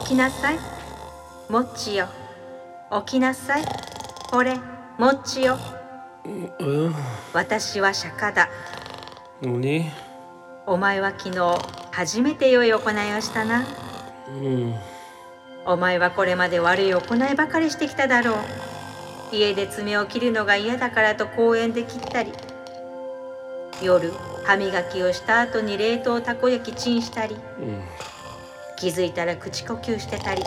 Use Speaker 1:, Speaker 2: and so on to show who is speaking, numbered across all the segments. Speaker 1: 起きなさいもっちよ起きなさいほれもっちよ
Speaker 2: うん
Speaker 1: 私は釈迦だ
Speaker 2: 何
Speaker 1: お前は昨日初めて良い行いをしたな
Speaker 2: うん
Speaker 1: お前はこれまで悪い行いばかりしてきただろう家で爪を切るのが嫌だからと公園で切ったり夜歯磨きをした後に冷凍たこ焼きチンしたり
Speaker 2: うん
Speaker 1: 気づいたら口呼吸してたり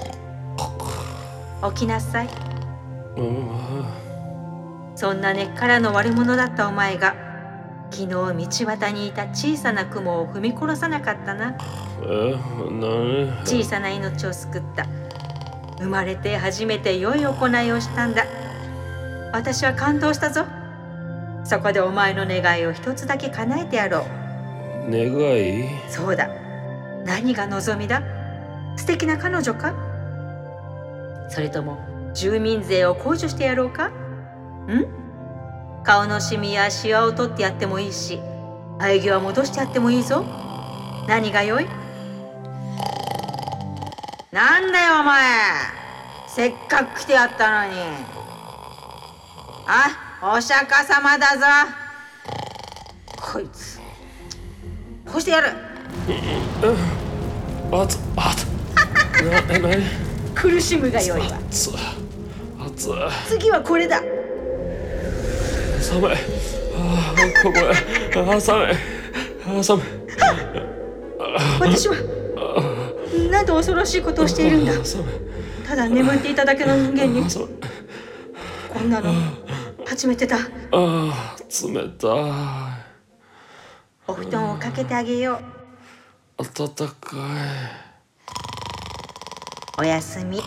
Speaker 1: 起きなさい
Speaker 2: うん
Speaker 1: そんな根っからの悪者だったお前が昨日道端にいた小さな雲を踏み殺さなかったな
Speaker 2: え何
Speaker 1: 小さな命を救った生まれて初めて良い行いをしたんだ私は感動したぞそこでお前の願いを一つだけ叶えてやろう
Speaker 2: 願い
Speaker 1: そうだ何が望みだ素敵な彼女かそれとも住民税を控除してやろうかん顔のシミやシワを取ってやってもいいし生え際戻してやってもいいぞ何が良いなんだよお前せっかく来てやったのにあお釈迦様だぞこいつこうしてやる
Speaker 2: あつあつなえ何
Speaker 1: 苦しむが良いわ
Speaker 2: つあつ
Speaker 1: 次はこれだ
Speaker 2: 寒いあーここあー寒いあー寒い
Speaker 1: 私はなんと恐ろしいことをしているんだ
Speaker 2: あー寒い
Speaker 1: ただ眠っていただけの人間
Speaker 2: あ
Speaker 1: に
Speaker 2: ー寒い
Speaker 1: こんなの初めてだ
Speaker 2: あー冷たい
Speaker 1: お布団をかけてあげよう
Speaker 2: 暖かい
Speaker 1: おやすみ